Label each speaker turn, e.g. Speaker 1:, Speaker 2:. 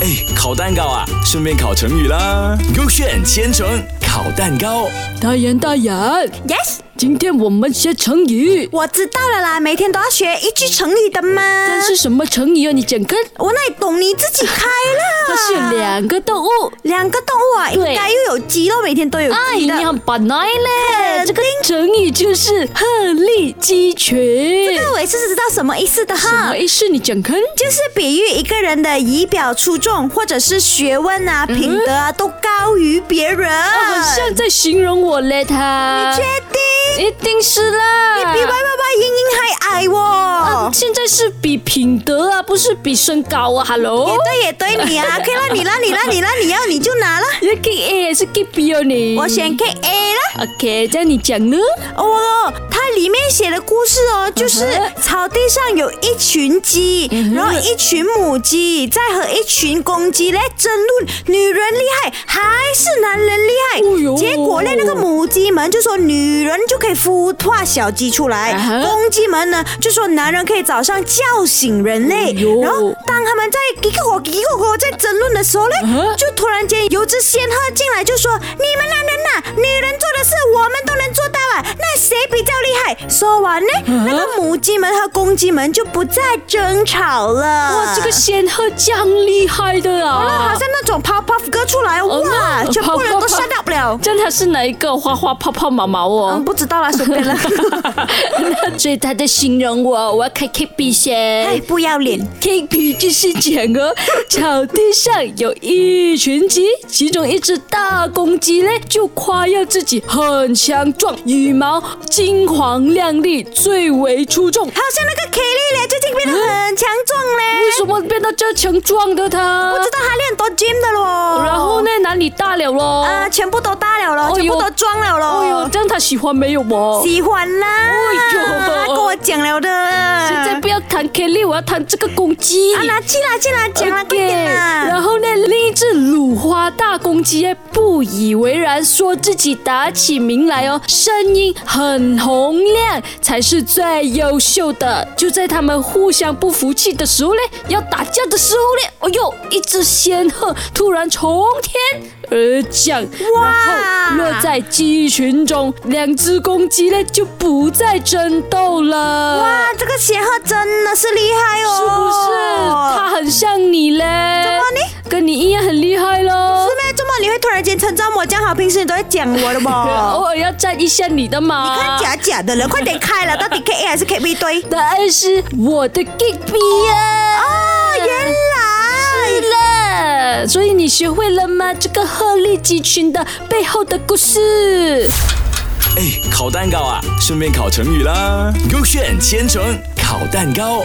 Speaker 1: 哎，烤蛋糕啊，顺便烤成语啦。勾选千层烤蛋糕，
Speaker 2: 大眼大眼，
Speaker 3: Yes，
Speaker 2: 今天我们学成语，
Speaker 3: 我知道了啦，每天都要学一句成语的嘛。
Speaker 2: 这是什么成语啊？你讲个，
Speaker 3: 我哪里懂你自己开啦。
Speaker 2: 它是两个动物。
Speaker 3: 两个动物啊，应
Speaker 2: 对
Speaker 3: 该又有鸡肉，每天都有
Speaker 2: 哎，
Speaker 3: 鸡
Speaker 2: 你
Speaker 3: 啊的。
Speaker 2: 很本来嘞，
Speaker 3: 肯定
Speaker 2: 这个成语就是鹤立鸡群。
Speaker 3: 那我也是知道什么意思的
Speaker 2: 什
Speaker 3: 哈
Speaker 2: 么。意思？你讲看。
Speaker 3: 就是比喻一个人的仪表出众，或者是学问啊、品德啊，都高于别人。
Speaker 2: 嗯哦好像在形容我嘞，他
Speaker 3: 确定
Speaker 2: 一定是啦。
Speaker 3: 比白爸爸英英还矮哦。
Speaker 2: 现在是比品德啊，不是比身高啊，Hello
Speaker 3: 也。对也对，你啊，可以让你啦，你啦，你啦，你要你就拿啦。
Speaker 2: 也 K A 还是 K B 哦你？
Speaker 3: 我选 K A 啦。
Speaker 2: OK，这样你讲呢？
Speaker 3: 哦，它里面写的故事哦，就是
Speaker 2: 嗯
Speaker 3: 草地上有一群鸡，然后一群母鸡在和一群公鸡来争论女人厉害还是男人厉害。
Speaker 2: 哦哟
Speaker 3: 结果呢，那个母鸡们就说女人就可以孵化小鸡出来，
Speaker 2: 啊哈
Speaker 3: 公鸡们呢就说男人可以早上叫醒人类。
Speaker 2: 哦哟
Speaker 3: 然后当他们在叽叽咕叽叽咕咕在争论的时候呢，
Speaker 2: 啊
Speaker 3: 就突然间有只仙鹤进来就说：“你们男人呐、女人做的事我们都能做到啊，那谁比较厉害？”说完呢，
Speaker 2: 嗯
Speaker 3: 那个母鸡们和公鸡们就不再争吵了。
Speaker 2: 哇，这个仙鹤这样厉害的
Speaker 3: 啊好
Speaker 2: 啊！
Speaker 3: 像那种 puff puff 哥出来，
Speaker 2: 哦
Speaker 3: 哇，
Speaker 2: 那
Speaker 3: 全部人都
Speaker 2: puff puff
Speaker 3: shut up 了。
Speaker 2: 这样它是哪一个花花泡泡毛毛哦
Speaker 3: 嗯，？不知道啦，随便啦。嗯
Speaker 2: 所以他在形容我，我要开 K B
Speaker 3: 哎
Speaker 2: 先，。
Speaker 3: 不要脸。
Speaker 2: K B 就是讲哦，草地上有一群鸡，其中一只大公鸡呢，就夸耀自己很强壮，羽毛金黄亮丽，最为出众。
Speaker 3: 好像那个 k e l l 嘞，最近变得很强壮嘞，
Speaker 2: 为什么变得这强壮的他
Speaker 3: 不？知道他练多 gym 的咯。
Speaker 2: 然后呢，哪里大了咯？
Speaker 3: 啊，全部都搭了咯，
Speaker 2: 哦哦哟
Speaker 3: 全部都装了
Speaker 2: 哦
Speaker 3: 咯
Speaker 2: 呦，。这样他喜欢没有哦？
Speaker 3: 喜欢啦，
Speaker 2: 哎呦
Speaker 3: 跟我啊讲了的。
Speaker 2: 现在不要谈 K 六，我要谈这个公鸡。
Speaker 3: 啊，拿去啦，去啦，讲啦，快
Speaker 2: OK，
Speaker 3: 点啦。
Speaker 2: 然后呢，另一只鲁花大公鸡哎不以为然，说自己打起鸣来哦，声音很洪亮，才是最优秀的。就在他们互相不服气的时候呢，要打架的时候呢，哎呦，一只仙鹤突然从天而降，然后落在鸡群中，两只公鸡呢就不再争斗了。
Speaker 3: 哇，啊这个仙鹤真的是厉害哦，
Speaker 2: 是不是？他很像你嘞？怎
Speaker 3: 么呢？
Speaker 2: 跟你一样很厉害喽
Speaker 3: 是。咩？怎么你会突然间称赞我这样好？平时你都会讲我的
Speaker 2: 偶
Speaker 3: 啵？
Speaker 2: 尔要赞一下你的
Speaker 3: 你
Speaker 2: 嘛
Speaker 3: 看。假假的了，快点开了，到底 K A 还是 K B 堆？
Speaker 2: 答案是我的 Gig B 呀。
Speaker 3: 哦，原来
Speaker 2: 是了，所以你学会了吗？这个鹤立鸡群的背后的故事。
Speaker 1: 哎，烤蛋糕啊，顺便烤成语啦。勾选千层烤蛋糕。